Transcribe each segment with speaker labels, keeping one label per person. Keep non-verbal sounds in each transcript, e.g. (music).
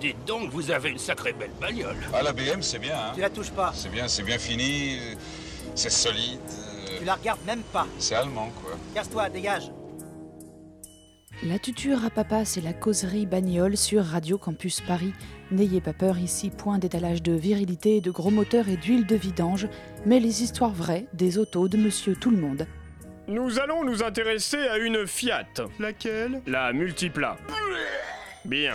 Speaker 1: Dites donc, vous avez une sacrée belle bagnole.
Speaker 2: Ah, la BM, c'est bien, hein
Speaker 3: Tu la touches pas.
Speaker 2: C'est bien, c'est bien fini, euh, c'est solide, euh,
Speaker 3: Tu la regardes même pas.
Speaker 2: c'est allemand, quoi.
Speaker 3: Casse-toi, dégage.
Speaker 4: La tuture à papa, c'est la causerie bagnole sur Radio Campus Paris. N'ayez pas peur ici, point d'étalage de virilité, de gros moteurs et d'huile de vidange, mais les histoires vraies des autos de monsieur tout le monde.
Speaker 5: Nous allons nous intéresser à une Fiat,
Speaker 6: Laquelle
Speaker 5: la Multipla. Bien.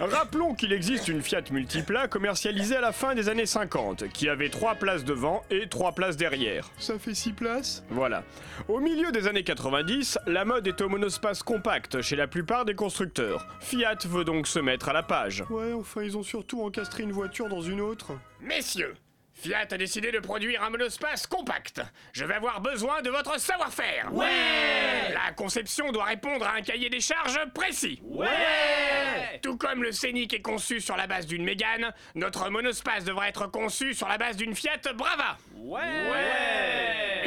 Speaker 5: Rappelons qu'il existe une Fiat Multipla commercialisée à la fin des années 50, qui avait trois places devant et trois places derrière.
Speaker 6: Ça fait 6 places
Speaker 5: Voilà. Au milieu des années 90, la mode est au monospace compact chez la plupart des constructeurs. Fiat veut donc se mettre à la page.
Speaker 6: Ouais, enfin, ils ont surtout encastré une voiture dans une autre.
Speaker 5: Messieurs, Fiat a décidé de produire un monospace compact. Je vais avoir besoin de votre savoir-faire. Ouais La conception doit répondre à un cahier des charges précis. Ouais Tout comme le Scénic est conçu sur la base d'une Mégane, notre monospace devra être conçu sur la base d'une Fiat Brava. Ouais,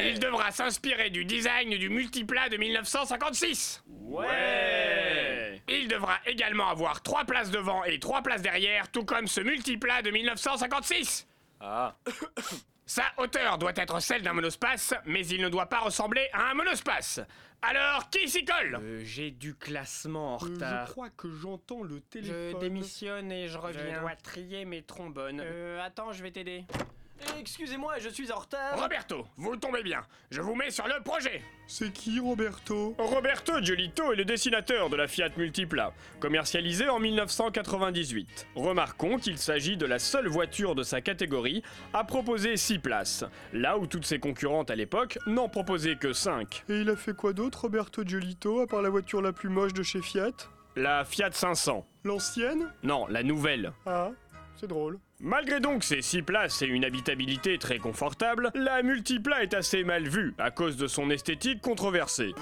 Speaker 5: Il devra s'inspirer du design du multiplat de 1956. Ouais Il devra également avoir trois places devant et trois places derrière, tout comme ce multiplat de (coughs) 1956. Sa hauteur doit être celle d'un monospace, mais il ne doit pas ressembler à un monospace. Alors, qui s'y colle
Speaker 7: Euh, J'ai du classement en
Speaker 6: Euh,
Speaker 7: retard.
Speaker 6: je crois que j'entends le téléphone.
Speaker 7: Je démissionne et je reviens.
Speaker 5: dois trier mes trombones.
Speaker 7: Euh, attends, je vais t'aider. Excusez-moi, je suis en retard.
Speaker 5: Roberto, vous tombez bien. Je vous mets sur le projet.
Speaker 6: C'est qui, Roberto
Speaker 5: Roberto Giolito est le dessinateur de la Fiat Multipla, commercialisée en 1998. Remarquons qu'il s'agit de la seule voiture de sa catégorie à proposer 6 places, là où toutes ses concurrentes à l'époque n'en proposaient que 5.
Speaker 6: Et il a fait quoi d'autre, Roberto Giolito, à part la voiture la plus moche de chez Fiat
Speaker 5: La Fiat 500.
Speaker 6: L'ancienne
Speaker 5: Non, la nouvelle.
Speaker 6: Ah, c'est drôle.
Speaker 5: Malgré donc ces 6 places et une habitabilité très confortable, la Multipla est assez mal vue à cause de son esthétique controversée.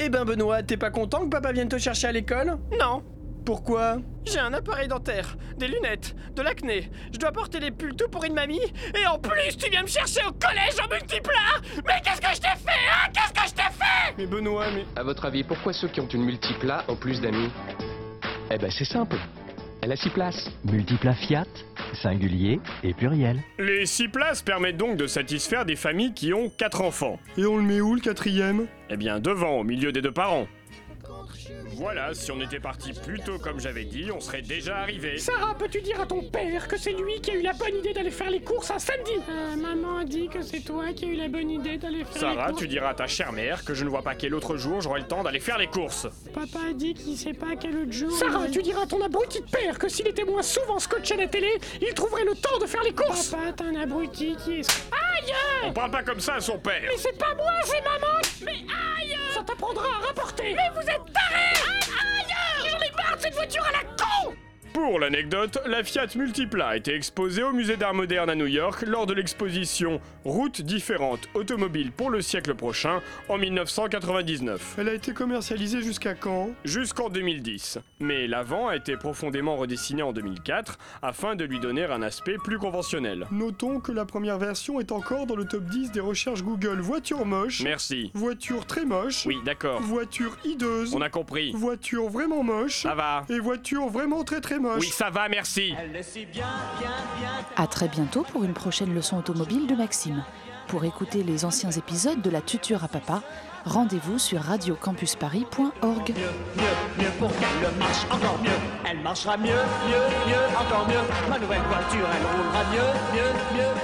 Speaker 7: Eh ben Benoît, t'es pas content que papa vienne te chercher à l'école Non. Pourquoi J'ai un appareil dentaire, des lunettes, de l'acné. Je dois porter les pulls tout pour une mamie. Et en plus, tu viens me chercher au collège en multiplat Mais qu'est-ce que je t'ai fait, hein Qu'est-ce que je t'ai fait
Speaker 6: Mais Benoît, mais.
Speaker 8: À votre avis, pourquoi ceux qui ont une multipla ont plus d'amis Eh ben, c'est simple. Elle a six places.
Speaker 9: Multipla Fiat, singulier et pluriel.
Speaker 5: Les 6 places permettent donc de satisfaire des familles qui ont 4 enfants.
Speaker 6: Et on le met où, le quatrième
Speaker 5: Eh bien, devant, au milieu des deux parents. Voilà, si on était parti plus tôt comme j'avais dit, on serait déjà arrivé.
Speaker 7: Sarah, peux-tu dire à ton père que c'est lui qui a eu la bonne idée d'aller faire les courses un samedi Maman a dit que c'est toi qui as eu la bonne idée d'aller faire
Speaker 5: Sarah, tu diras à ta chère mère que je ne vois pas quel autre jour j'aurai le temps d'aller faire les courses.
Speaker 7: Papa a dit qu'il sait pas quel autre jour. Sarah, tu diras à ton abruti de père que s'il était moins souvent scotché à la télé, il trouverait le temps de faire les courses. Papa, t'es un abruti qui est. Aïe
Speaker 5: On parle pas comme ça à son père.
Speaker 7: Mais c'est pas moi, c'est maman Mais aïe Ça t'apprendra à rapporter Mais vous êtes tarés Aïe J'en ai marre de cette voiture à la con
Speaker 5: Pour l'anecdote, la Fiat Multipla a été exposée au musée d'art moderne à New York lors de l'exposition Routes différentes automobiles pour le siècle prochain en 1999.
Speaker 6: Elle a été commercialisée jusqu'à quand
Speaker 5: jusqu'en 2010. Mais l'avant a été profondément redessiné en 2004 afin de lui donner un aspect plus conventionnel.
Speaker 6: Notons que la première version est encore dans le top 10 des recherches Google voiture moche,
Speaker 5: Merci.
Speaker 6: voiture très moche,
Speaker 5: Oui, d'accord.
Speaker 6: voiture hideuse,
Speaker 5: On a compris.
Speaker 6: voiture vraiment moche,
Speaker 5: Ça va.
Speaker 6: et voiture vraiment très très moche.
Speaker 5: Oui, ça va, merci.
Speaker 4: À très bientôt pour une prochaine leçon automobile de Maxime. Pour écouter les anciens épisodes de la tuture à papa, rendez-vous sur radiocampusparis.org.
Speaker 10: mieux, mieux pour qu'elle marche encore mieux. Elle marchera mieux, mieux, mieux, encore mieux. Ma nouvelle voiture, elle roulera mieux, mieux, mieux,